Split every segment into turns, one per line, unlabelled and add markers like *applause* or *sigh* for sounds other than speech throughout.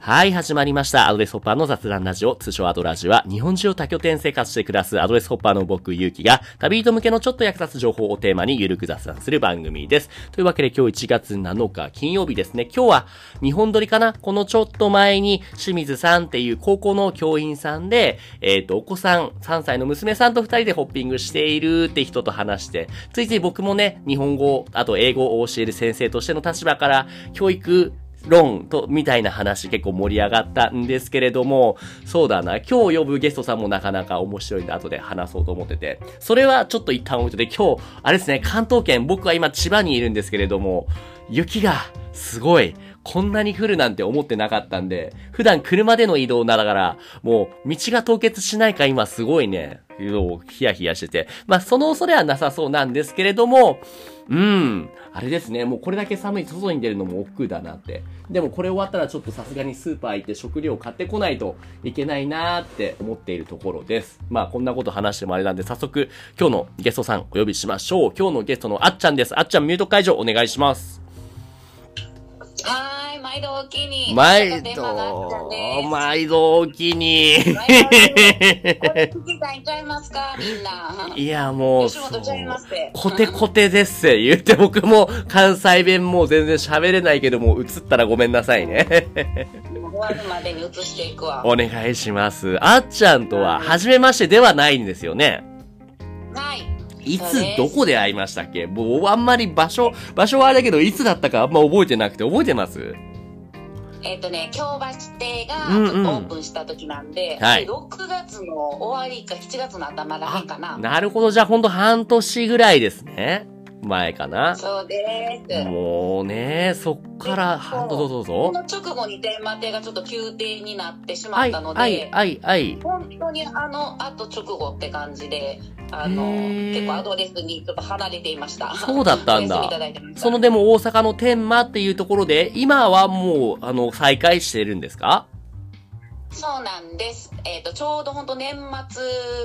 はい、始まりました。アドレスホッパーの雑談ラジオ、通称アドラジは、日本中を多拠点生活して暮らすアドレスホッパーの僕、ゆうきが、旅人向けのちょっと役立つ情報をテーマにゆるく雑談する番組です。というわけで今日1月7日金曜日ですね。今日は、日本撮りかなこのちょっと前に、清水さんっていう高校の教員さんで、えっ、ー、と、お子さん、3歳の娘さんと2人でホッピングしているって人と話して、ついつい僕もね、日本語、あと英語を教える先生としての立場から、教育、論と、みたいな話結構盛り上がったんですけれども、そうだな、今日呼ぶゲストさんもなかなか面白いんで後で話そうと思ってて、それはちょっと一旦置いといて、今日、あれですね、関東圏、僕は今千葉にいるんですけれども、雪がすごい、こんなに降るなんて思ってなかったんで、普段車での移動ながら、もう道が凍結しないか今すごいね、ヒヤヒヤしてて、まあその恐れはなさそうなんですけれども、うん。あれですね。もうこれだけ寒い外に出るのも億劫だなって。でもこれ終わったらちょっとさすがにスーパー行って食料買ってこないといけないなーって思っているところです。まあこんなこと話してもあれなんで早速今日のゲストさんお呼びしましょう。今日のゲストのあっちゃんです。あっちゃんミュート解除お願いします。
はい、毎度お気に。
毎度、毎度お気 *laughs* に。毎度
お気に。いちゃいますか、みんな。
いや、もう、コテコテですって言って僕も関西弁も全然喋れないけども、映ったらごめんなさいね。
終わるまでに移していくわ。
お願いします。あっちゃんとは、初めましてではないんですよね。
はい。
いつ、どこで会いましたっけもう、あんまり場所、場所はあれだけど、いつだったかあんま覚えてなくて、覚えてます
えっ、ー、とね、京橋亭がオープンした時なんで、うんうん、はい、6月の終わりか7月の頭らへんかな。
なるほど、じゃあほんと半年ぐらいですね。前かな。
そうです。
もうね、そっから、半年、どうぞどうぞ。
その直後に天満亭がちょっと休亭になってしまったので、
はい、はい、はい。
本当にあの、あと直後って感じで、あの、結構アドレスにちょっと離れていました。
そうだったんだ。そのでも大阪の天満っていうところで、今はもう、あの、再開してるんですか
そうなんです。えっ、ー、と、ちょうど本当年末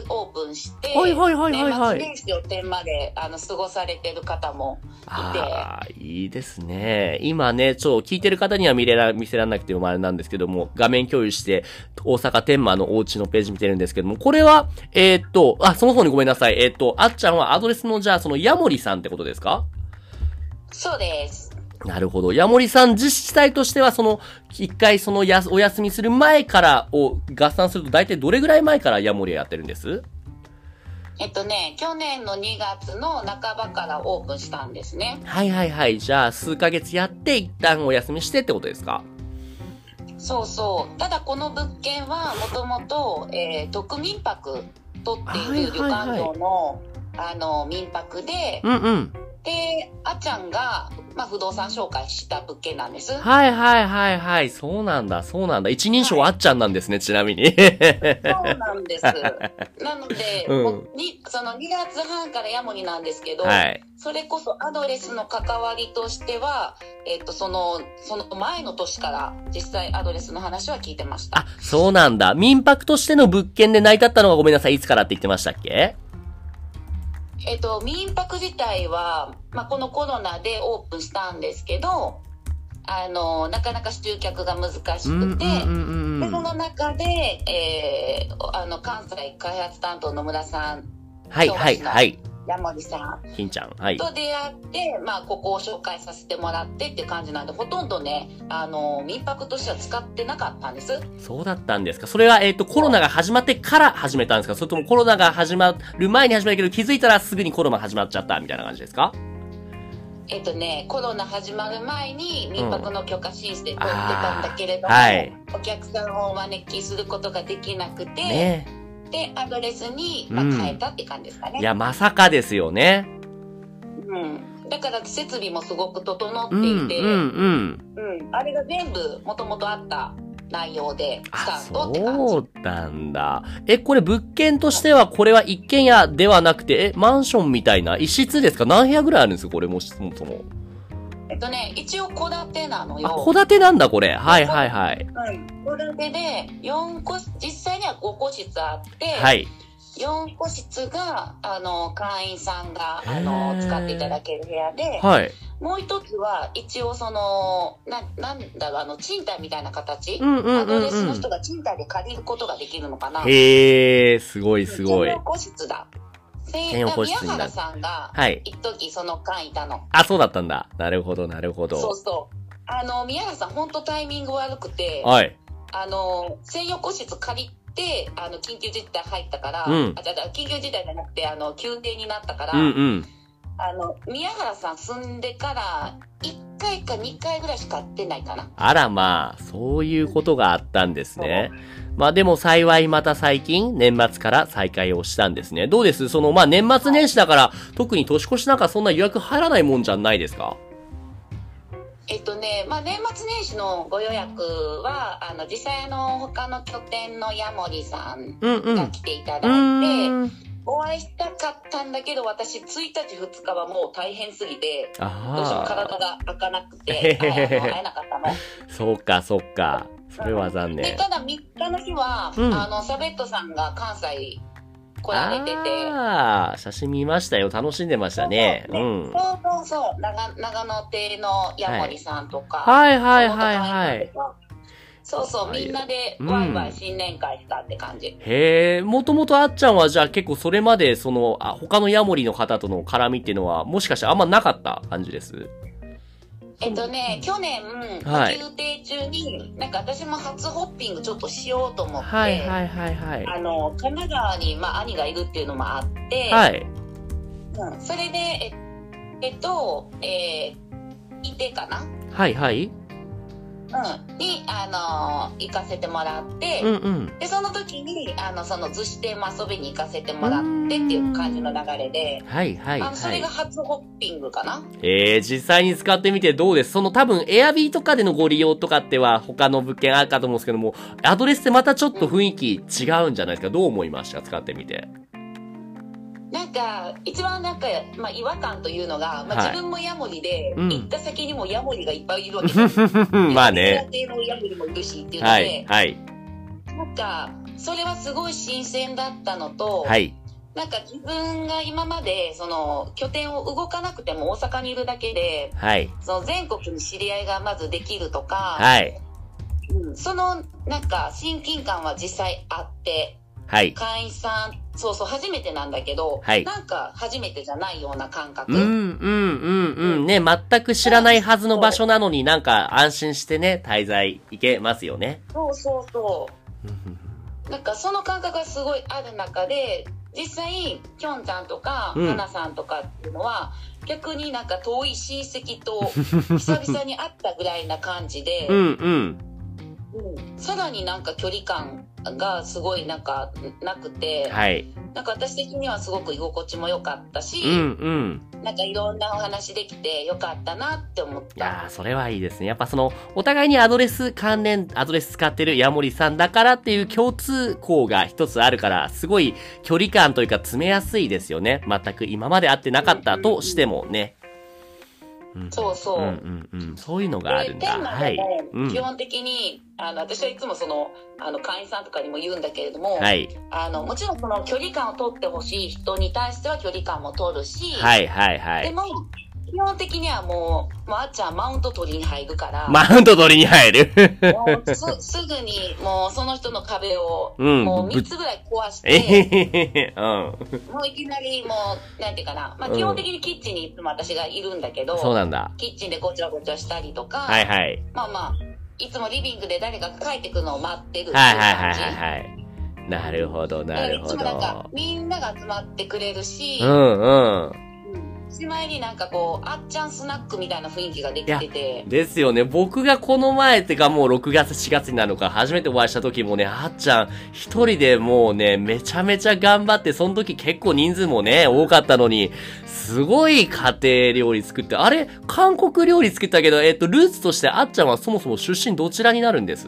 オープンして、
はいはいはいはい、はい、
年末年始を点まで、あの、過ごされてる方もいて。
ああ、いいですね。今ね、ちょっと聞いてる方には見れら、見せられなくてもあれなんですけども、画面共有して、大阪天満のお家のページ見てるんですけども、これは、えっ、ー、と、あ、そもそもにごめんなさい。えっ、ー、と、あっちゃんはアドレスの、じゃあ、その、ヤモリさんってことですか
そうです。
なるほど。ヤモリさん自治体としては、その、一回そのや、お休みする前からを合算すると、大体どれぐらい前からヤモリはやってるんです
えっとね、去年の2月の半ばからオープンしたんですね。
はいはいはい。じゃあ、数ヶ月やって、一旦お休みしてってことですか
そうそう。ただ、この物件は、もともと、えー、特民泊取っている旅館業の、あの、民泊で、
うんうん。
で、あっちゃんが、まあ、不動産紹介した物件なんです。
はいはいはいはい。そうなんだ、そうなんだ。一人称あっちゃんなんですね、はい、ちなみに。
そうなん *laughs* です。なので、うん、にその2月半からヤモリなんで
*laughs*
すけど、はい、それこそアドレスの関わりとしては、えっと、その、その前の年から実際アドレスの話は聞いてました。
あ、そうなんだ。民泊としての物件で成り立ったのはごめんなさい。いつからって言ってましたっけ
えっと、民泊自体は、まあ、このコロナでオープンしたんですけど、あの、なかなか集客が難しくて、うんうんうんうん、でその中で、えー、あの、関西開発担当野村さん、
はいはいはい。
山森さ
ん。金ちゃん。はい。
と出会って、まあ、ここを紹介させてもらってって感じなんで、ほとんどね、あの、民泊としては使ってなかったんです。
そうだったんですか。それは、えっ、ー、と、コロナが始まってから始めたんですかそれともコロナが始まる前に始めたけど、気づいたらすぐにコロナ始まっちゃったみたいな感じですか
えっ、ー、とね、コロナ始まる前に民泊の許可申請取ってたんだけれども、うんはい、お客さんをお招きすることができなくて、ねでアドレスに、まあ、変えたって感じですかね、うん、
いやまさかですよね
うんだから設備もすごく整っていて、うんうん、うん、あれが全部もともとあった内容でスタートって感じそう
なんだえこれ物件としてはこれは一軒家ではなくてえマンションみたいな一室ですか何部屋ぐらいあるんですかこれもそもそも
えっとね、一応戸建てなのよ。
戸建てなんだ、これ。はいはいはい。
戸建てで、4個、実際には5個室あって、
はい。
4個室が、あの、会員さんが、あの
へ、ー
使っていただける部屋で、
はい。
もう一つは、一応その、な、なんだろう、あの、賃貸みたいな形、
うんうん
アド
うん
レスの人
う
が賃貸で借りることができるのかな。
ん。へえ、すごいすごい
専。用個室だ。専
専用個室
宮
になる
原さんが、
はい。
一時その間いたの。
あ、そうだったんだ。なるほど、なるほ
そう
ど。
そう。あの、宮原さん、本当タイミング悪くて、
はい。
あの、専用個室借りて、あの、緊急事態入ったから、
うん
あ、じゃあじゃあ緊急事態じゃなくて、あの、宮廷になったから、
うんうん。
あの、宮原さん住んでから、1回か2回ぐらいしか会ってないかな。
あらまあ、そういうことがあったんですね。まあでも幸いまた最近、年末から再開をしたんですね。どうですその、まあ年末年始だから、特に年越しなんかそんな予約入らないもんじゃないですか
えっとね、まあ、年末年始のご予約は、あの、実際あの、他の拠点のヤモリさん
うんうん。
が
う
来ていただいて、
ーん。
お会いしたかったんだけど、私、1日2日はもう大変すぎて、どうしても
あ
体が開かなくて、
へへへへ
あの会えなかったの。
あ、そうかそうか。それは残
で
念。
ただ3日の日は、
うん
あのサベットさんが関西来られてて
ああ、写真見ましたよ。楽しんでましたね。う
そうそ
ん。
そうそうそう長長野亭のヤモリさんとか、
はいはいはいはい。
そうそうみんなでワイワイ新年会したって感じ、
へえ、もともとあっちゃんはじゃあ結構それまでその、あ他のヤモリの方との絡みっていうのはもしかしてあんまなかった感じです
えっとね去年
はい
休廷中になんか私も初ホッピングちょっとしようと思って、
はいはいはいはい。
あの神奈川に、まあ、兄がいるっていうのもあって、
はい。
うんそれでええっとえー、いてかな
はいはい。
うん、に、あのー行かせてもらって、
うんうん。
でその時にあのその逗子店も遊びに行かせてもらってっていう感じの流れで、
はいはい
あのそ
は
れ
い
が。初ホッピングかな、
えー、実際に使ってみてどうですその多分、エアビーとかでのご利用とかっては他の物件あるかと思うんですけども、アドレスってまたちょっと雰囲気違うんじゃないですかどう思いました使ってみ
*laughs*
て。
なんか一番なんか、まあ、違和感というのが、まあ
はい
自分もヤモリで、
うん
行った先にもヤモリがいっぱいいるわけですよ
*laughs* まあね。
でヤモリのヤモリもいるしっていうので、
はいはい。
なんかそれはすごい新鮮だったのと、
はい。
なんか自分が今までその拠点を動かなくても大阪にいるだけで
はい。
その全国に知り合いがまずできるとか、
はい。
うんそのなんか親近感は実際あって
はい。
会員さんそうそう初めてなんだけど、
はい
なんか初めてじゃないような感覚、
うん、うん、うん、うん。ね、全く知らないはずの場所なのになんか安心してね、滞在行けますよね。
そうそうそうなんかその感覚がすごいある中で実際きょんちゃんとか、
うん
はなさんとかっていうのは逆になんか遠い親戚と久々に会ったぐらいな感じで、
*laughs* うん、うん。
うんさらになんか距離感がすごいなんかなくて、
はい。
なんか私的にはすごく居心地も良かったし、
うん、うん。
なんかいろんなお話できてよかったなって思っ
い
た。
やー、それはいいですね。やっぱその、お互いにアドレス関連、アドレス使ってるヤモリさんだからっていう共通項が一つあるから、すごい距離感というか詰めやすいですよね。全く今まで会ってなかったとしてもね。うん
そうそう
うんうんうん。そういうのがあるん
で
だ。
店
は
内
い
で。
う
も基
ん。
本的に、あの私はいつもそのあの会員さんとかにも言うんだけれども、
はい。
あのもちろんその距離感を取ってほしい人に対しては距離感も取るし、
はいはいは
で
い。
も基本的にはもうもうあっちゃんマウント取りに入るから、
マウント取りに入る。
もうすすぐにもうその人の壁を、
うん
もう3つぐらい壊し
え
て。
へへへ。 *laughs* うん。
もういきなりもう、なんていうかな、まあ、
うん
基本的にキッチンにいつも私がいるんだけど、
そうなんだ。
キッチンでごちゃごちゃしたりとか、
はいはい。
まあまあ、いつもリビングで誰かが帰ってくるのを待ってるっていう
はいはいは
感
い
じ。
はいはい。なるほど
だ
な
から
る
い
ほ
つもなんか
ど。
みんなが集まってくれるし、
うんうん。
しまいになんかこう、あっちゃんスナックみたいな雰囲気ができてて、
ですよね。僕がこの前ってかもう6月4月になるのか、初めてお会いした時もね、あっちゃん一人でもうね、めちゃめちゃ頑張って、その時結構人数もね、多かったのに、すごい家庭料理作って、あれ韓国料理作ったけど、えっと、ルーツとしてあっちゃんはそもそも出身どちらになるんです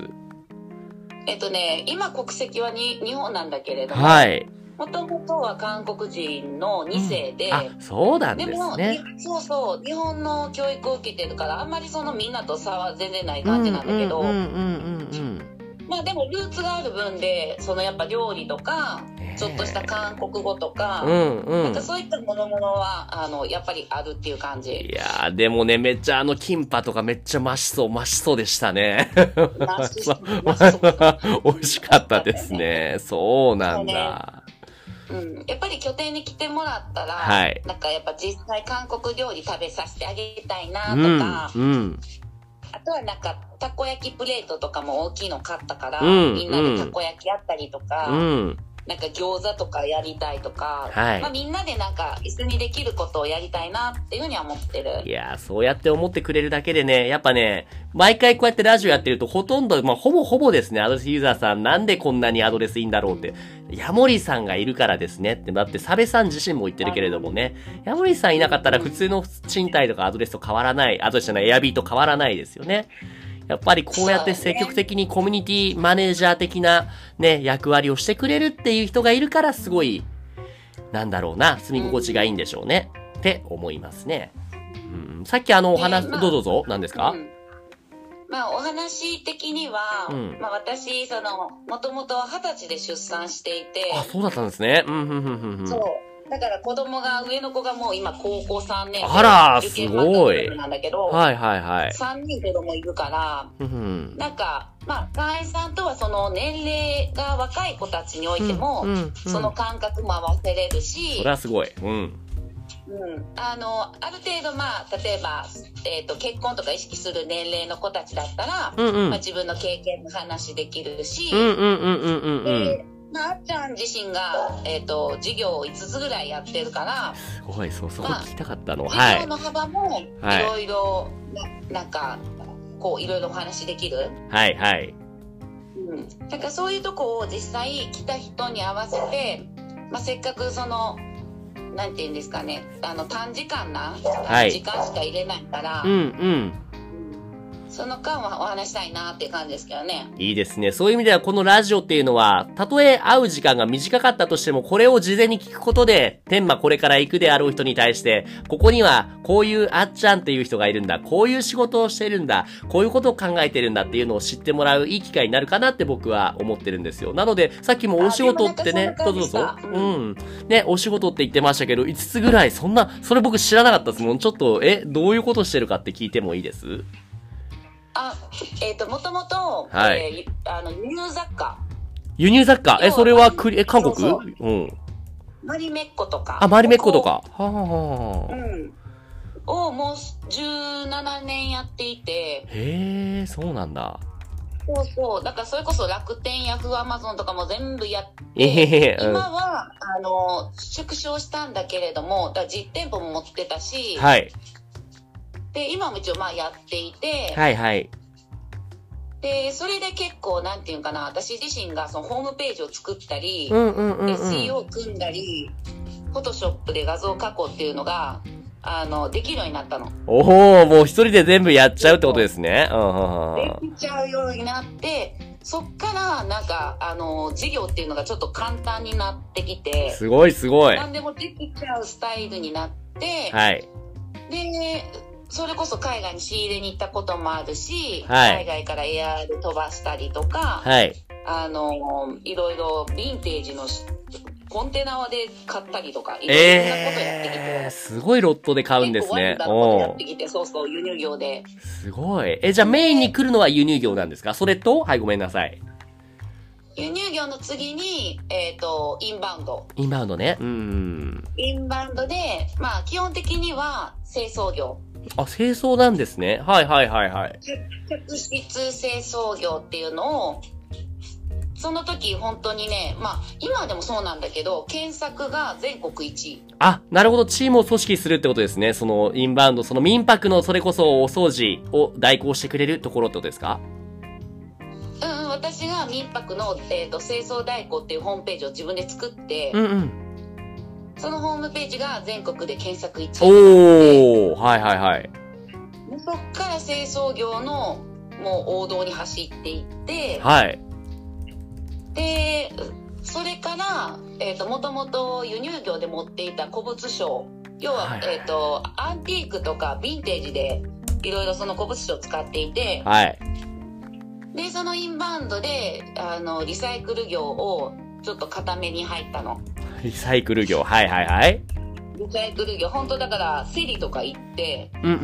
えっとね、今国籍はに日本なんだけれども、
はい。
もともとは韓国人の2世で、
あ、そうなんで
ですも、
ね。
そうそう、日本の教育を受けてるから、あんまりそのみんなと差は全然ない
うん
感じなんだけど、
うんうんうんうんうん。
まあでもルーツがある分でそのやっぱ料理とか
ねえ
ちょっとした韓国語とか、
うんう
なん
ん
か。そういったものものはあのやっぱりあるっていう感じ
*laughs* いやー、でもね、めっちゃあの、キンパとかめっちゃマシそう、マシそうでしたね。
なし
ま
なしとか
*laughs* 美味しかったですね。そうなんだ。
うん、やっぱり拠点に来てもらったら、
はい
なんかやっぱ実際韓国料理食べさせてあげたいな
う
と
ん
か、、
うん。
あとはなんかたこ焼きプレートとかも大きいの買ったから、
うん
みんなでたこ焼きやったりとか、
うん。
なんか餃子とかやりたいとか、
はい
まあ、みんなでなんか一緒にできることをやりたいなっていうふうには思って
い
る。
やー、そうやって思ってくれるだけでね、やっぱね、毎回こうやってラジオやってると、ほとんど、まあ、ほぼほぼですね、アドレスユーザーさん、なんでこんなにアドレスいいんだろうって、ヤモリさんがいるからですねって、だって、サベさん自身も言ってるけれどもね、ヤモリさんいなかったら、普通の賃貸とかアドレスと変わらない、アドレスじゃない、エアビーと変わらないですよね。やっぱりこうやって積極的にコミュニティマネージャー的なね、役割をしてくれるっていう人がいるから、すごい、なんだろうな、住み心地がいいんでしょうね。って思いますね。うん、さっきあのお話、
ねまあ
どうぞどうぞ、何ですか、
うんまあ、お話的には、
うん
まあ、私そのもともと二十歳で出産していて
あ、そうだったんですね。うん、うん、うん、うんうん。
そうだから子供が上の子がもう今高校3年
あら
受験
すごい
真っ只中なんだけど、
はい、はい、はい。
3人子供いるから
うんうん
なんかまあ会員さんとはその年齢が若い子たちにおいても、
うんうん
その感覚も合わせれるし
それ、はすごい。うん。
うん、あのある程度まあ例えば、えー、と結婚とか意識する年齢の子たちだったら、
うん、うん。うん
まあ、自分の経験の話できるし、、
うん、うん、うん、うんうん。
でまあ、あっちゃん自身が、えー、と授業を5つぐらいやってるから
すごい、そう、そこ聞きたかったの。は
授業
い。
の幅もい
はい
ろいろななんかこういろいろお話できる、
はい、はい。
うん、だからそういうとこを実際来た人に合わせて、まあ、せっかくそのなんて言うんですかねあの短時間な、
い
時間しか入れないから、
うん、うん。
その間はお話したいなっていう感じですけどね。
いいですね。そういう意味では、このラジオっていうのは、たとえ会う時間が短かったとしても、これを事前に聞くことで、天馬これから行くであろう人に対して、ここには、こういうあっちゃんっていう人がいるんだ、こういう仕事をしてるんだ、こういうことを考えてるんだっていうのを知ってもらういい機会になるかなって僕は思ってるんですよ。なので、さっきもお仕事ってね、
あ
ど
で
うぞど
もな
うんぞ。
かそんな感じでした
う。
うん
ね、お仕事って言ってましたけど、5つぐらい、そんな、それ僕知らなかったですもん。ちょっと、え、どういうことしてるかって聞いてもいいです
あ、えっ、と、もともと、
はい
えーゆあの、入雑貨、
輸入雑貨え、それはクリ、え、韓国
そう
うん。
マリメッコとか。
あ、マリメッコとか。はあ
ここ。う
はあ。
ん。をもう17年やっていて、
へえ、そうなんだ。
そうそう。だからそれこそ楽天、ヤフー、アマゾンとかも全部やって、
えへへ、うん。
今は、あの、縮小したんだけれども、だから実店舗も持ってたし、
はい。
で、今も一応まあやっていて、
はいはい。
で、それで結構、なんていうかな、私自身がそのホームページを作ったり、
うんうんうん、うん。
SEO を組んだり、フォトショップで画像加工っていうのが、あの、できるようになったの。
おおもう一人で全部やっちゃうってことですね。うんうんうん。
できちゃうようになって、そっから、なんか、あの、事業っていうのがちょっと簡単になってきて、
すごいすごい。
何でもできちゃうスタイルになって、
はい。
で、それこそ海外に仕入れに行ったこともあるし、
はい
海外からエアーで飛ばしたりとか、
はい。
あの、いろいろヴィンテージのしコンテナで買ったりとか、いろんなことやってきて、
えー、すごいロットで買うんですね
結。構ワンダーや
お
ってきて、そうそう、輸入業で。
ーすごい。え、じゃあメインに来るのは輸入業なんですかそれと、はい、ごめんなさい。
輸入業の次に、えっ、と、インバウンド。
インバウンドね。うんうん。
インバウンドで、まあ、基本的には清掃業。
あ、清掃なんですね。はいはいはいはい。
客室清掃業っていうのを、その時本当にね、まあ、今でもそうなんだけど、検索が全国1位。
あ、なるほど。チームを組織するってことですね。その、インバウンド、その民泊のそれこそお掃除を代行してくれるところってことですか
うんうん、私が民泊の、えー、と清掃代行っていうホームページを自分で作って、
んうん。
そのホームページが全国で検索1位になって。
おー、はいはいはい。
でそっから清掃業のもう王道に走っていって、
はい。
でそれから、えー、ともともと輸入業で持っていた古物商要は、
はい
えー、とアンティークとかヴィンテージでいろいろその古物商を使っていて
はい。
でそのインバウンドであのリサイクル業をちょっと固めに入ったの
リサイクル業、はいはいはい。
リサイクル業本当だからセリとか行って
うんうんうんう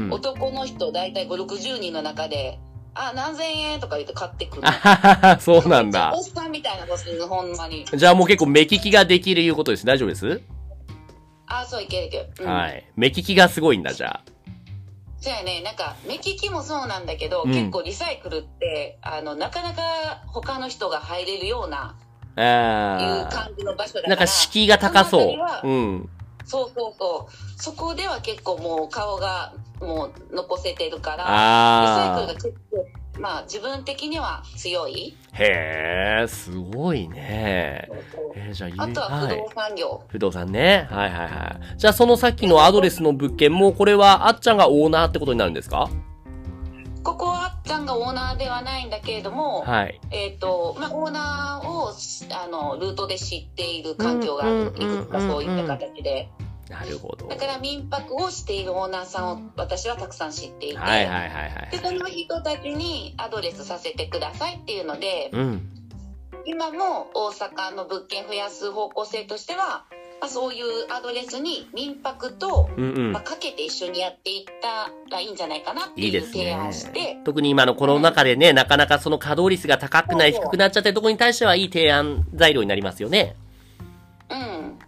んうん。
男の人大体560人の中で「あ何千円」とか言って買ってくる
あははは、そうなんだ
お。っさんみたいなことするほん
*laughs*
まに
じゃあもう結構目利きができるいうことです。大丈夫です、
あそういけるいける、うん
はい。目利きがすごいんだ、じゃあ。
そうやねなんか目利きもそうなんだけど、
うん
結構リサイクルってあのなかなか他の人が入れるようないう
あ
感じの場所
ー
だから
なんか敷居が高そ
その
う。
辺りは
うん。
そうそうそうそこでは結構もう顔がもう残せてるからリサイクル
あ
が結構まあ自分的には強い
あ。へえ、すごいね。えーじゃあ、ゆい
あとは不
い
動。産業、
不動産ね。はいはいはい。じゃあ、そのさっきのアドレスの物件も、これはあっちゃんがオーナーってことになるんですか
ここはあっちゃんがオーナーではないんだけれども、
はい。
えっ、と、まあ、オーナーをし、あの、ルートで知っている環境がある、いくつかそういった形で。
なるほど。は
だ
い
から民泊をしているオーナーさんを私はたくさん知っていて、
はいはいはい
で、。その人たちにアドレスさせてくださいっていうので、
うん。
今も大阪の物件増やす方向性としては、まあ、そういうアドレスに民泊と、
うんうん
まあ、。かけて一緒にやっていったらいいんじゃないかなって
いい
い
で
う
す
提
ね
案をして、。
特に今のコロナ禍でね、なかなかその稼働率が高くなり
そう
低くなっちゃってるところに対してはいい提案材料になりますよね。
うん。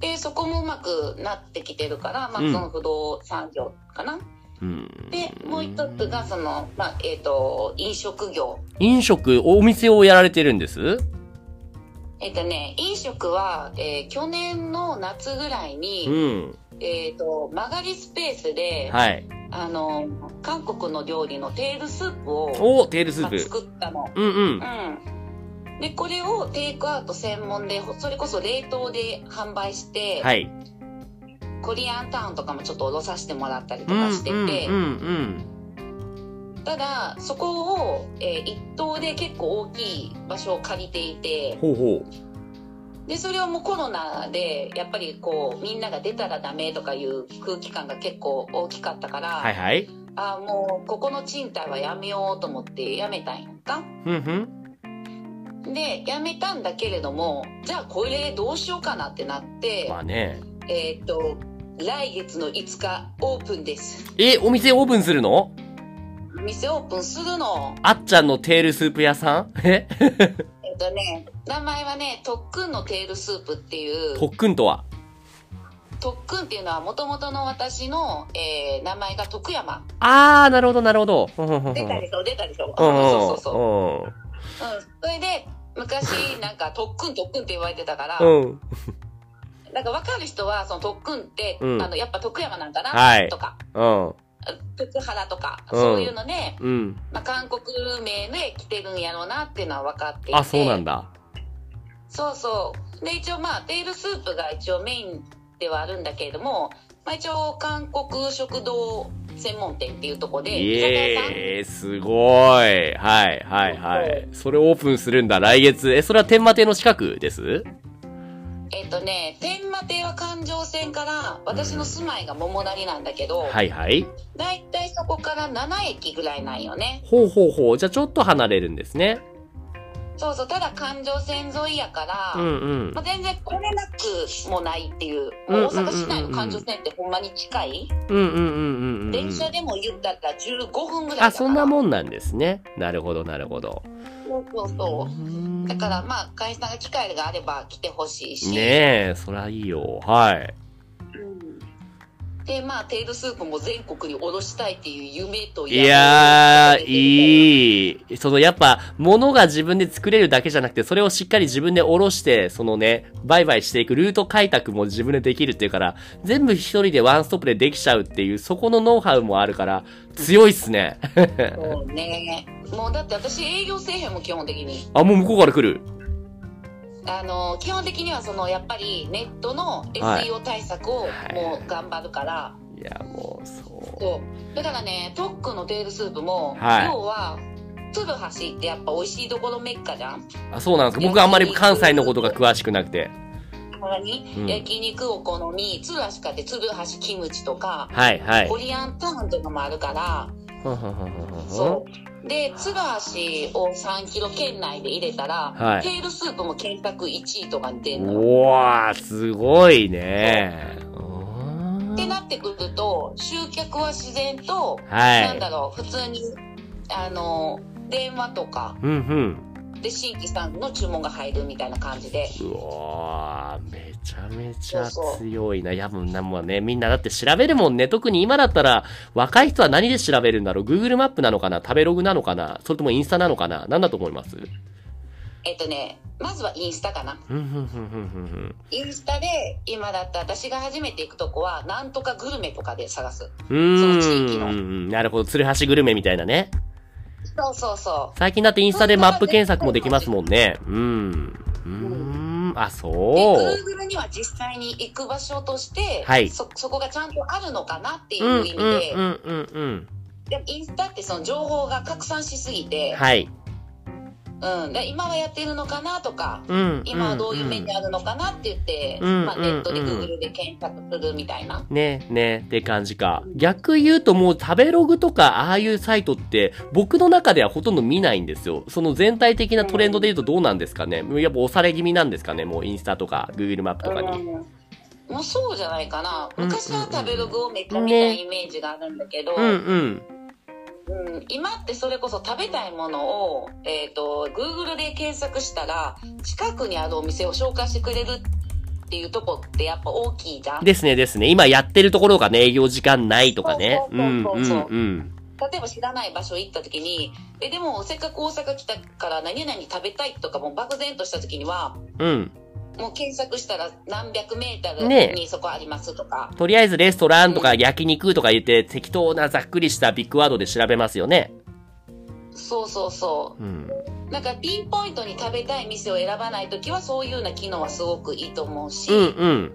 で、そこもうまくなってきてるから、まあ、そ
うん
の不動産業かな。
うん。
で、もう一つが、その、まあ、えっ、と、飲食業。
飲食、お店をやられてるんです
えっ、とね、飲食は、えー去年の夏ぐらいに、
うん。
えっ、と、曲がりスペースで、
はい。
あの、韓国の料理のテールスープを、
おテールスー
まあ
プ。
作ったの。
うんうん。
うん。で、これをテイクアウト専門で、ほそれこそ冷凍で販売して、
はい。
コリアンタウンとかもちょっとろさせてもらったりと
うん
かしてて、
うんうん。
ただそこを、えー一棟で結構大きい場所を借りていて
ほうほ
でそれをもうコロナでやっぱりこうみんなが出たらダメとかいう空気感が結構大きかったから、
う。はいはい。
あーもうここの賃貸はやめようと思ってやめたんやんか
ふんふん。
でやめたんだけれどもじゃあこれどうしようかなってなって、
まあね。
えーっと来月の5日オープンです
え、お店オープンするの
店オープンするの
あっちゃんのテールスープ屋さんえ *laughs*
えーっとね名前はね特訓のテールスープっていう
特訓とは
特訓っていうのはもともとの私の、えー名前が徳山
あー、なるほどなるほど。ふんふんふんふ
出
ん
たでしょ出たでしょ
うんうん
そうそうそう
うん
そう、うん、それで昔なんか特訓特訓って言われてたから、
うん。
なんか分かる人はその特訓って、
うん
あのやっぱ徳山なんだな、
はい
とか
うん。
徳原とか、
うん
そういうので、
うん。
まあ、韓国名で来てるんやろうなっていうのは分かっていて
あ、そうなんだ。
そうそうで一応まあテールスープが一応メインではあるんだけれども、まあ、一応韓国食堂専門店っていうところで
イ
居酒屋さん
エーイすごいはいはいはい。それオープンするんだ、来月。え、それは天満亭の近くです
えっ、とね天満亭は環状線から私の住まいが桃谷なんだけど、
はいはい。
だいたいそこから7駅ぐらいなんよね
ほうほうほう。じゃあちょっと離れるんですね。
そうそうただ環状線沿いやから、
うんうん
ま。あ、全然来れなくもないっていうもう大阪市内の環状線ってほんまに近い、
うんうんうんうんうん。
電車でも言ったら15分ぐらいだから
あ、そんなもんなんですね。なるほどなるほど。
そうそうそう
う
だからまあ会社が機会があれば来てほしいし、
ねえ、そりゃいいよ。はい。
うんでまあテールスープも全国に卸したいっていう夢と
いやー、
い
いい。そのやっぱ、物が自分で作れるだけじゃなくて、それをしっかり自分で下ろして、そのね、売買していくルート開拓も自分でできるっていうから、全部一人でワンストップでできちゃうっていう、そこのノウハウもあるから、強いっすね。
そうね。もうだって私営業せえへんもん基本的に。
あ、もう向こうから来る。
あの、基本的にはその、やっぱりネットの
はい
SEO 対策を
はい
もう頑張るから、
いや、もう、そう。
そう。だからね、トックのテールスープも、
はい
要は、鶴橋ってやっぱ美味しいところメッカじゃん
あ、そうなんですか。僕あんまり関西のことが詳しくなくて。
ほらに、
うん
焼肉お好み、鶴橋かって鶴橋キムチとか、
はい、はい
コ。リアンタウンとかもあるから、
ふんふんふんふんふんふん
そう。で、ツガーシを3キロ圏内で入れたら、
はい
テールスープも検索1位とかに出んのよ。
うわー、すごいね。う
って
ーん
なってくると、集客は自然と、
はい
なんだろう、普通に、あの、電話とか
うんうん。
で新規さんの注文が入るみたいな感じで。
うわー、めちゃめちゃ強いな。いや、もうなもうね、みんなだって調べるもんね。特に今だったら、若い人は何で調べるんだろう ?Google マップなのかな食べログなのかなそれともインスタなのかな何だと思います
えっとね、まずはインスタかな。
うんうんうんうんうんうん。
インスタで、今だったら私が初めて行くとこは、なんとかグルメとかで探す。
うーん
その地域の
うんうん。なるほど。鶴橋グルメみたいなね。
そうそうそ
最近だってインスタでマップ検索もできますもんね。うん。うーん。あ、
う。で、
そう。
Google には実際に行く場所として、
はい
そ、そこがちゃんとあるのかなってい
うんう
うん意味で、
うんうんうん。
でもインスタってその情報が拡散しすぎて、
はい。
うん、で今はやってるのかなとか、
うん。
今はどういう面で
ん
あるのかなって言って、
うん
まあ、
うん
ネットで
うん
Google で検索するみたいな。
ねねって感じか。逆言うともう食べログとかああいうサイトって僕の中ではほとんど見ないんですよ。その全体的なトレンドで言うとどうなんですかね。やっぱ押され気味なんですかね。もうインスタとか Google マップとかに。
もうそうじゃないかな。
うんうんうん
昔は食べログをめっちゃ見たいイメージがあるんだけど、
うんうん。
うん今ってそれこそ食べたいものを、えっ、と、Google で検索したら、近くにあるお店を紹介してくれるっていうとこってやっぱ大きいじゃん。例
ですねですね。今やってるところがね、営業時間ないとかね。
そううそ
んう
うそうそう
う
ん
ん。
えば知らない場所行った時に、え、でもせっかく大阪来たから何々食べたいとかもう漠然とした時には、
うん。
もう検索したら何百メート
ね
ルにそこありますとか。
とりあえずレストランとか焼肉とか言って適当なざっくりしたビッグワードで調べますよね。
そうそうそ
うん。
う。なんかピンポイントに食べたい店を選ばない時はそういうような機能はすごくいいと思うし、
うんうん。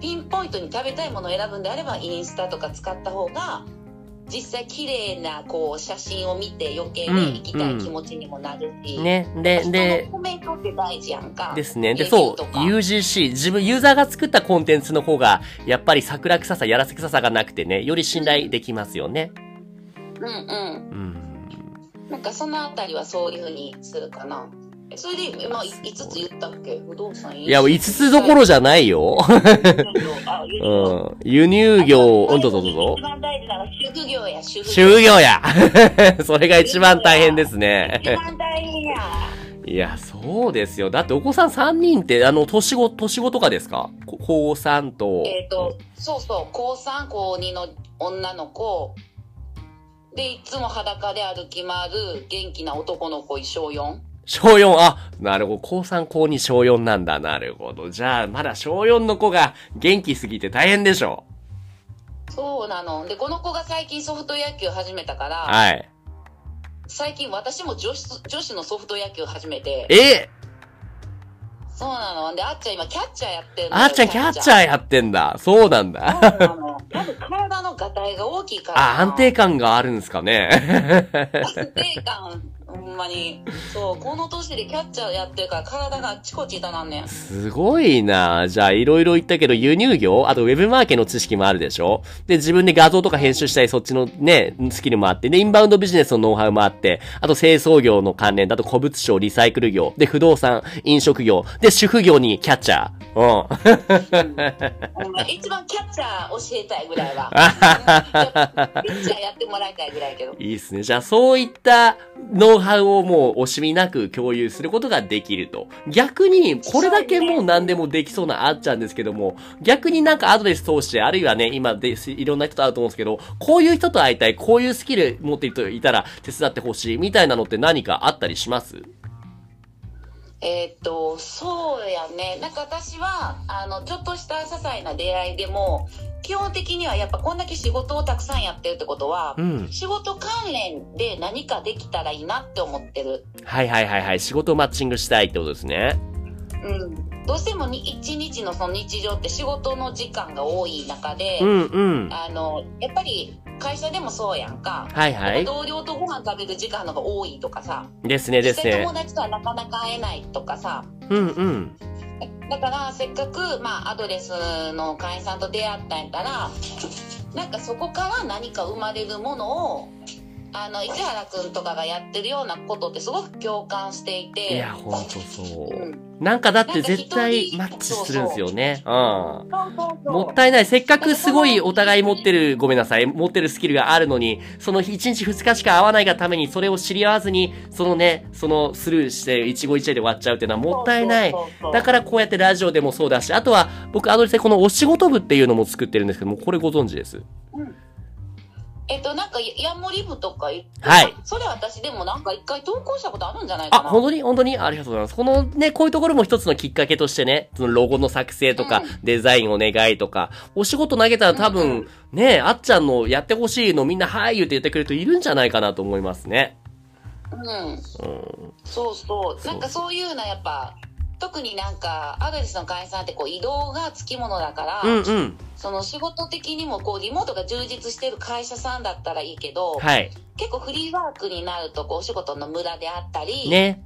ピンポイントに食べたいものを選ぶんであればインスタとか使った方が実際綺麗なこう写真を見て余計
うん
ね行きたい気持ちにもなるし、
ね。で、
人
で
の、コメントって大事やんか
ですね。で、
レビュ
そ
ー
う
と、か
UGC、自分、ユーザーが作ったコンテンツの方が、やっぱり桜臭さ、やらせ臭さがなくてね、より信頼できますよね。
うん
うん。
うんなんかそのあたりはそういうふうにするかなそれで、まあ、5つ言ったっけ不動産
いや、5つどころじゃないよ。
あ言
う。
うん
輸入業、うん、どうぞどうぞ
一。番大事なのは主婦業や主婦
修業や *laughs* それが一番大変ですね。
一番大変や
いや、そうですよ。だってお子さん3人って、あの、年子、年子とかですかこ高3と。
えっ、と、そうそう、高3、高2の女の子、で、いつも裸で歩き回る元気な男の子、小4。
小4、あ、なるほど。高3、高2、小4なんだ。なるほど。じゃあ、まだ小4の子が元気すぎて大変でしょ
そうなの。で、この子が最近ソフト野球始めたから、
う。はい。
最近私も女子、女子のソフト野球始めて、
え
そうなの。で、あっちゃん今キャッチャーやってるのよ
あーちゃんキャッチャーやってんだ。そうなんだ。
そうなの。多分体のがたいが大きいからな。
あ、安定感があるんですかね。 *laughs*
*laughs* 安定感、ほんまに。そう、この年でキャッチャーやってるから体があっちこっち痛なんねん。
すごいなじゃあ、いろいろ言ったけど、輸入業あと、ウェブマーケの知識もあるでしょで、自分で画像とか編集したり、そっちのね、スキルもあって、で、インバウンドビジネスのノウハウもあって、あと、清掃業の関連だと、古物商、リサイクル業、で、不動産、飲食業、で、主婦業にキャッチャー。うん。
お前一番キャッチャー教えたいぐらいは。キャッチャーやってもらいたいぐらいやけど。
いいですね。じゃあ、そういったノウハウをもう惜しみなく共有することができると。逆に、これだけもう何でもできそうなあっちゃんですけども、逆になんかアドレス通して、あるいはね、今です、いろんな人と会うと思うんですけど、こういう人と会いたい、こういうスキル持っている人いたら手伝ってほしい、みたいなのって何かあったりします
えーっと、そうやね。なんか私は、あの、ちょっとした些細な出会いでも、基本的にはやっぱこんだけ仕事をたくさんやってるってことは、
うん。
仕事関連で何かできたらいいなって思ってる。
はいはいはいはい。仕事をマッチングしたいってことですね。
うん。どうしてもに一日のその日常って仕事の時間が多い中で、
うんうん。
あの、やっぱり会社でもそうやんか。
はいはい。
同僚とご飯食べる時間の方が多いとかさ、
ですねで
実
す
際
ね
友。達とはなかなか会えないとかさ
うんうん。
だからせっかく、まあ、アドレスの会員さんと出会ったんやったらなんかそこから何か生まれるものをあの市原くんとかがやってるようなことってすごく共感していて
いや、ほんとそうう。なんかだって絶対マッチするんですよね。うん。
そうそうそう
もったいない。せっかくすごいお互い持ってる、ごめんなさい、持ってるスキルがあるのに、その1日2日しか会わないがために、それを知り合わずに、そのね、そのスルーして、一期一会で終わっちゃうっていうのはもったいない。だからこうやってラジオでもそうだし、あとは僕アドレスでこのお仕事部っていうのも作ってるんですけども、これご存知です。
えっとなんかヤンモリ部とか言って
はい
それ私でもなんか一回投稿したことあるんじゃない
あ、
かな
本当に本当にありがとうございます。このね、こういうところも一つのきっかけとしてね、そのロゴの作成とか
う、
デザインお願いとか、お仕事投げたら多
うん
分、ね、あっちゃんのやってほしいのみんなはい言って言ってくれる人いるんじゃないかなと思いますね。
うん
うん。
そうそう
そう
なんかそういうのやっぱ特になんかアドレスの会員さんってこう移動がつきものだから、
うんうん。
その仕事的にもこうリモートが充実してる会社さんだったらいいけど、
はい。
結構フリーワークになるとこうお仕事の無駄であったり、
ね。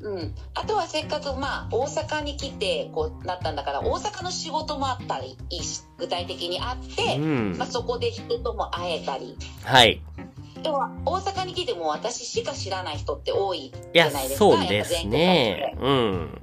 うん、あとはせっかくまあ大阪に来てこうなったんだから大阪の仕事もあったりいいし具体的にあって
う、ん
まあ、。そこで人とも会えたり
はい。
では大阪に来ても私しか知らない人って多い
い
じ
や
ゃない、ですか
そうですね。うん。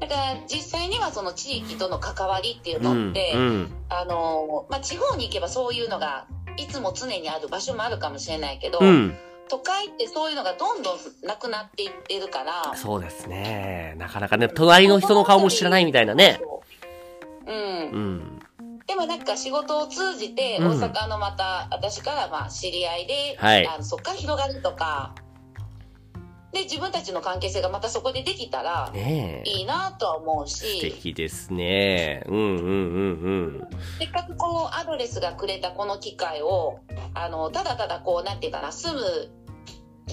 だから実際にはその地域との関わりっていう
うん。う
のって、
ん。
あのまあ、地方に行けばそういうのがいつも常にある場所もあるかもしれないけど、
うん。
都会ってそういうのがどんどんなくなっていってるから
そうですね。なかなかね、隣の人の顔も知らないみたいなね。う
う、
んん。
でもなんか仕事を通じて
うん
大阪のまた私からまあ知り合いで、
はい
あのそっから広がるとかで自分たちの関係性がまたそこでできたら
ねえ。
いいなとは思う
素
し
敵ですね。うんうんうんうん。
せっかくこうアドレスがくれたこの機会をあのただただこうなんていうかな住む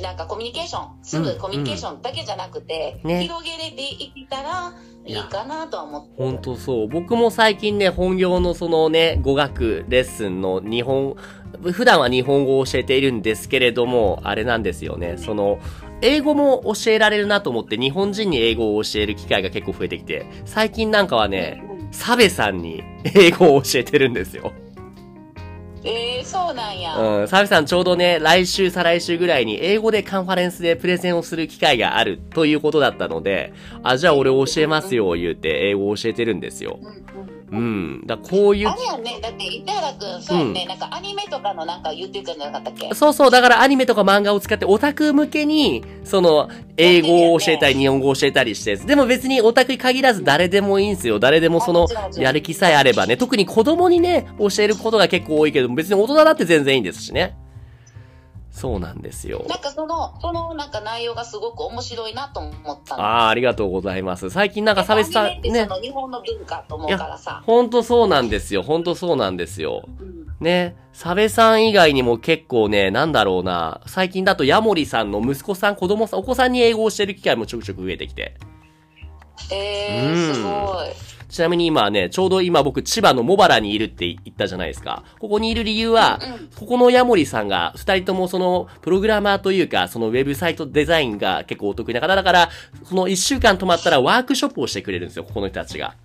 なんかコミュニケーション住
うん
むコミュニケーションだけじゃなくて、
ね
広げれていったらいいかなとは思ってる
本当そう。僕も最近ね、本業のそのね、語学レッスンの日本、普段は日本語を教えているんですけれども、あれなんですよね。その、英語も教えられるなと思って、日本人に英語を教える機会が結構増えてきて、最近なんかはね、
うん
サベさんに *laughs* 英語を教えてるんですよ。
えー、そうなんや、
うん、サビさんちょうどね、来週、再来週ぐらいに英語でカンファレンスでプレゼンをする機会があるということだったので、あ、じゃあ俺教えますよ、言うて英語を教えてるんですよ。うん。だこういう
あ、れやんね、だって、板原くん、そうやんね、なんかアニメとかのなんか言ってたんじゃなかったっけ
そうそう、だからアニメとか漫画を使ってオタク向けに、その、英語を教えたり、日本語を教えたりして、でも別にオタクに限らず誰でもいいんですよ。誰でもその
あ違う、違う
やる気さえあればね、特に子供にね、教えることが結構多いけど、別に大人だって全然いいんですしね。そうなんですよ。
なんかその、そのなんか内容がすごく面白いなと思ったの。
ああ、ありがとうございます。最近なんか差別
ア
さ
ニメっ、てそ
ね。
の日本の文化と思うからさ。
ほんとそうなんですよ。ほんとそうなんですよ。
うん
ね。サベさん以外にも結構ね、なんだろうな。最近だとヤモリさんの息子さん、子供さん、お子さんに英語を教える機会もちょくちょく増えてきて。
え
うん
ー、すごい。
ちなみに今はね、ちょうど今僕千葉の茂原にいるって言ったじゃないですか。ここにいる理由は、
うん
ここのヤモリさんが、二人ともその、プログラマーというか、そのウェブサイトデザインが結構お得意な方だから、その一週間泊まったらワークショップをしてくれるんですよ、ここの人たちが。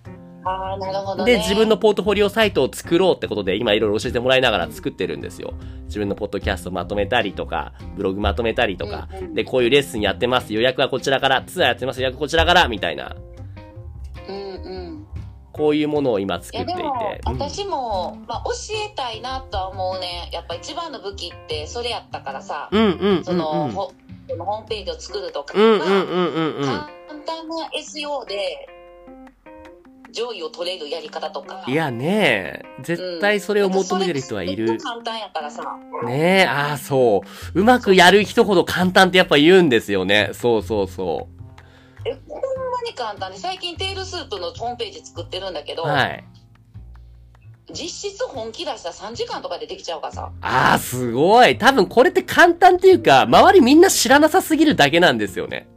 ああ、なるほど、ね。
で、自分のポートフォリオサイトを作ろうってことで、今いろいろ教えてもらいながら作ってるんですよ。自分のポッドキャストまとめたりとか、ブログまとめたりとか
うんう、ん
で、こういうレッスンやってます、予約はこちらから、ツアーやってます、予約こちらから、みたいな、
うんうん。
こういうものを今
い
作っ
や、
て
で
いて。
も、
うん
私も、まあ、教えたいなとは思うね。やっぱ一番の武器って、それやったからさ。
うんうんうんうん。
その、ほそのホームページを作るとか。
うんうんうんうんうん。
簡単な SEO で上位を取れるやり方とか。
いやねえ、絶対それを求めてる人はい
それ
る
って。簡単やからさ。
ねえ、ああ、そう。うまくやる人ほど簡単ってやっぱ言うんですよね。そうそうそ
え、こんなに簡単で、最近テールスープのホームページ作ってるんだけ
う。
ど、
はい。
実質本気出したら3時間とかでできちゃうからさ。
ああ、すごい。多分これって簡単っていうか、周りみんな知らなさすぎるだけなんですよね。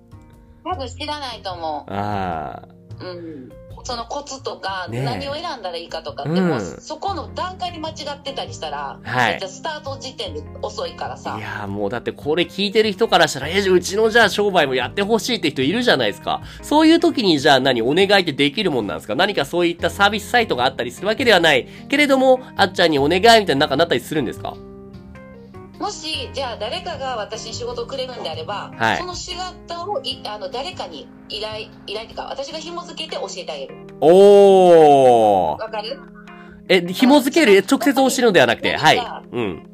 多分知らないと思
ああ。
う。うん。そのコツとか、
ねえ
何を選んだらいいかとか、
うん
でもそこの段階に間違ってたりしたら、
はい
じゃあスタート時点で遅いからさ
い。やーもうだってこれ聞いてる人からしたら、え、うちのじゃあ商売もやってほしいって人いるじゃないですか。そういう時にじゃあ何お願いってできるもんなんですか何かそういったサービスサイトがあったりするわけではない。けれども、あっちゃんにお願いみたいななんかなったりするんですか
もしじゃあ誰かが私に仕事をくれるんであれば、
はい
その仕事をいあの誰かに依頼依頼っていうか私が紐付けて教えてあげる
おー。
わかる
え、紐付ける、え直接教えるのではなくて、はい。うん。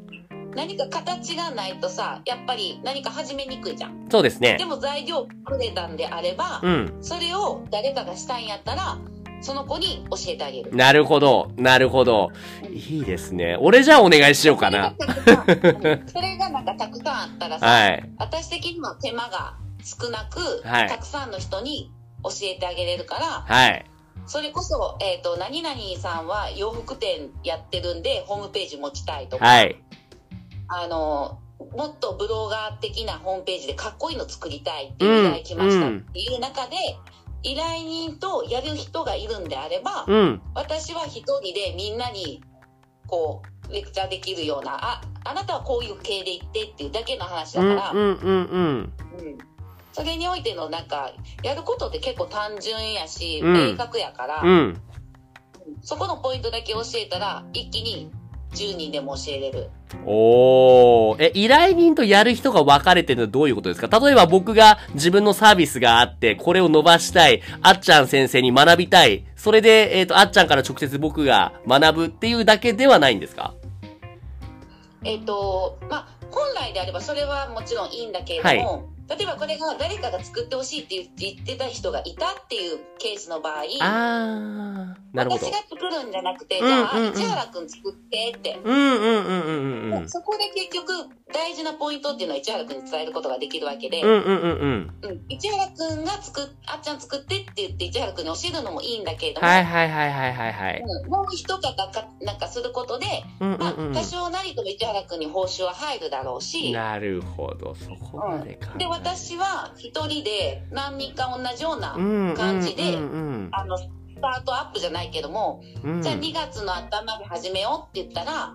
何か形がないとさやっぱり何か始めにくいじゃん
そうですね
で。も材料くれたんであれば、
うん。
それを誰かがしたいんやったらその子に教えてあげる
なるほど。なるほど。いいですね。俺じゃあお願いしようかな。
それがたくさんうんそれがなんかたくさんあったらさ、
はい。
私的にも手間が少なく、
はい
たくさんの人に教えてあげれるから
はい。
それこそ、えっと何々さんは洋服店やってるんでホームページ持ちたいとか、
はい。
あのもっとブロガー的なホームページでかっこいいの作りたいっていう依頼来ましたっていう中で、依頼人とやる人がいるんであれば、
うん。
私は一人でみんなにこうレクチャーできるようなああなたはこういう系で行ってっていうだけの話だ
うん、う
から、
ん、うん、うん。
うんそれにおいてのなんかやることって結構単純やし、
うん
明確やから、
うん。
そこのポイントだけ教えたら一気に10人でも教えれる
おー。え、依頼人とやる人が分かれてるのはどういうことですか例えば僕が自分のサービスがあって、これを伸ばしたい、あっちゃん先生に学びたい、それで、えっ、と、あっちゃんから直接僕が学ぶっていうだけではないんですか
えっ、とまあ本来であればそれはもちろんいいんだけれども、例えばこれが誰かが作ってほしいって言ってた人がいたっていうケースの場合
あー。なるほど
私。が作るんじゃなくて、
うん
じゃあ、
うんうん
市原くん作ってって、
うん、うん、うん、うん、うん、うん。
そこで結局大事なポイントっていうのは市原くんに伝えることができるわけで、
うん、うん、うん、うん。
うん市原くんが作っあっちゃん作ってって言って市原くんに教えるのもいいんだけれども、
はい、はい、はい、はい、はい、はい。
うんもう一方かなんかすることで、
うん、う
まあ
ん、うん
多。少なりとも市原くんに報酬は入るだろうし、
なるほど、そこまでか。
で私は一人で何人か同じような、
感
感じで
うんうん
あのスタートアップじゃないけども、
うんうん、
じゃあ2月の頭で始めようって言ったら、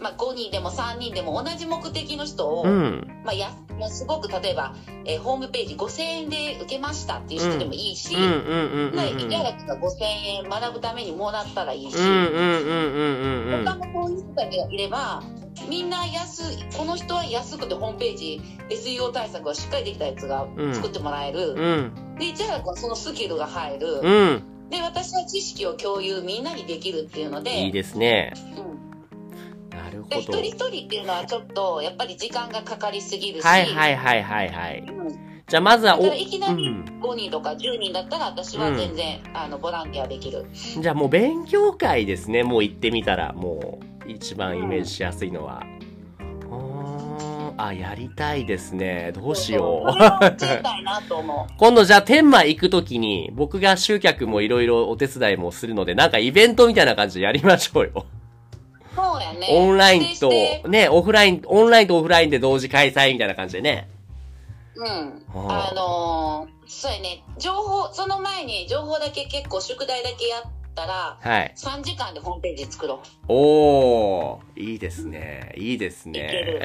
まあ、5人でも3人でも同じ目的の人を、
うん
まあ、やもうすごく例えば、えーホームページ5000円で受けましたっていう人でもいいし、
うんうんうんうん
ねいやらくが5000円学ぶためにもらったらいいし、
うんうんうんうんうんうん
他もこういう人がいればみんな安いこの人は安くてホームページ SEO 対策がしっかりできたやつが
うん
作ってもらえる、
うん
でじゃあそのスキルが入る、
うん
で私は知識を共有みんなにできるっていうので
いいですね
うん
なるほ
で一
ど
人一人っていうのはちょっとやっぱり時間がかかりすぎるし、
はいはいはいはいはい
うん
じゃあまずは
だ
お
からいきなり
うん
5人とか10人だったら私は全然、あのボランティアできる
じゃあもう勉強会ですねもう行ってみたらもう一番イメージしやすいのはうーんあやりたいですねどうしよ
そうれは教えたいなと思う
今度じゃあ天満行くときに僕が集客もいろいろお手伝いもするのでなんかイベントみたいな感じでやりましょうよ
そうやね
オンラインと
で、
ね、オフライン、オンラインとオフラインで同時開催みたいな感じでね。
うん
あ
あのーそうやね情報その前に情報だけ結構宿題だけやったら
はい。
3時間でホームページ作ろ
おー、いいですね。いいです
い
ね。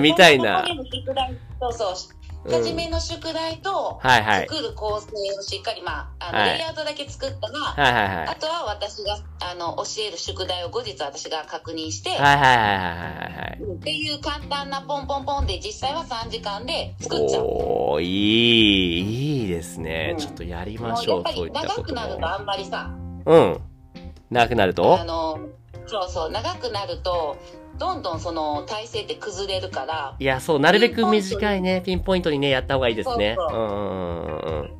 *laughs* みたいな
そ。の時の宿題そうそう、
うん
初めの宿題と
はいはい。
作る構成をしっかり、まああの
はい
レイアウトだけ作ったら、
はいはいはい。
あとは私があの教える宿題を後日私が確認して、
はいはいはいはいはいはい。
っていう簡単なポンポンポンで実際は3時間で作っちゃう。
おー、いい、いいですね。
うん
ちょっとやりま
もう
し
や
ょ
っ
う
ぱ、
そうい
り
ったこ
長く
と
なると
も。
あんまりさ
うん。なくなる
あ
と
のそうそう長くなるとどんどんその体勢って崩れるから
いや、そう、なるべく短いね、ピンポイントにね、やった方がいいですね。う
そうそ
んうんうんうんうん。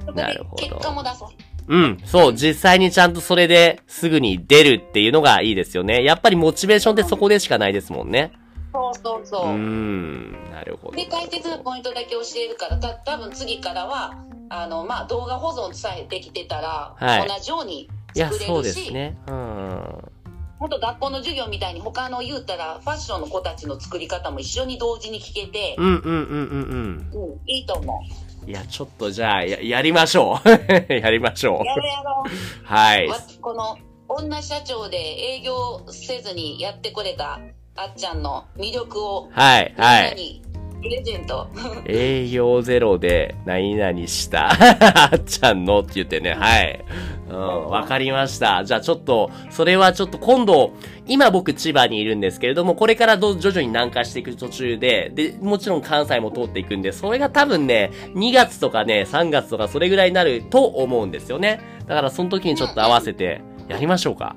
そこ
な
で
るほど
結果も出そう
うん、そう、実際にちゃんとそれですぐに出るっていうのがいいですよね。やっぱりモチベーションってそこでしかないですもんね。
そうそう
う
そう、
ーん、なるほど。
で大切なポイントだけ教えるからた多分次からはあの、まあ、動画保存さえできてたら、
はい
同じように
いや、
作れ
そう
る
です
し、
ね。うん。
本当学校の授業みたいに他の言うたらファッションの子たちの作り方も一緒に同時に聞けて
う、んうんうんうん
うん、いいと思
うん。いや、ちょっとじゃあ、や、やりましょう。 *laughs* やりましょ
うやろうやろ
う。は
う
い
わ。この女社長で営業せずにやってくれたあっちゃんの魅力を
はい、
みん
は。
ないにプレゼント。
営業ゼロで何々した *laughs* あっちゃんのって言ってね、はい。うん、わかりました。じゃあちょっと、それはちょっと今度、今僕千葉にいるんですけれども、これからど徐々に南下していく途中で、で、もちろん関西も通っていくんで、それが多分ね、2月とかね、3月とかそれぐらいになると思うんですよね。だからその時にちょっと合わせてやりましょうか。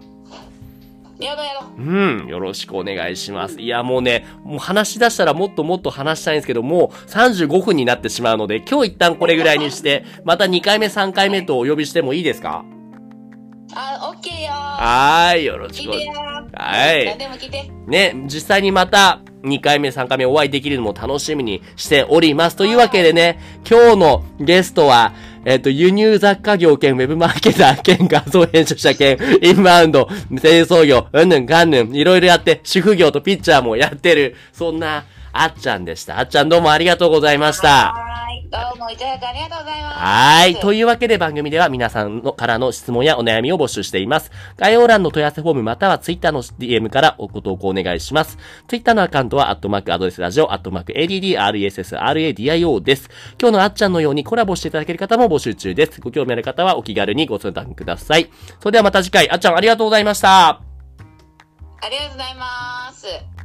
やろうやろう。
うん、よろしくお願いします。いや、もうね、もう話し出したらもっともっと話したいんですけど、もう35分になってしまうので、今日一旦これぐらいにして、また2回目、3回目とお呼びしてもいいですか
あ、オッケーよー。
はーい、よろし
聞
く
い
お
てよー。
はい
何でも聞いて。
ね、実際にまた2回目、3回目お会いできるのも楽しみにしております。というわけでね、今日のゲストは、えっと、輸入雑貨業兼ウェブマーケター兼画像編集者兼インバウンド、清掃業、うんぬんかんぬん、いろいろやって、主婦業とピッチャーもやってる、そんなあっちゃんでした。あっちゃんどうもありがとうございました。
はーい。どうもいただきありがとうございます。
はーい。というわけで番組では皆さんのからの質問やお悩みを募集しています。概要欄の問い合わせフォームまたはツイッターの DM からおご投稿お願いします。ツイッターのアカウントは、アットマークアドレスラジオ、アットマーク ADDRESSRADIO です。今日のあっちゃんのようにコラボしていただける方も募集中です。ご興味ある方はお気軽にご相談ください。それではまた次回、あっちゃんありがとうございました。
ありがとうございます。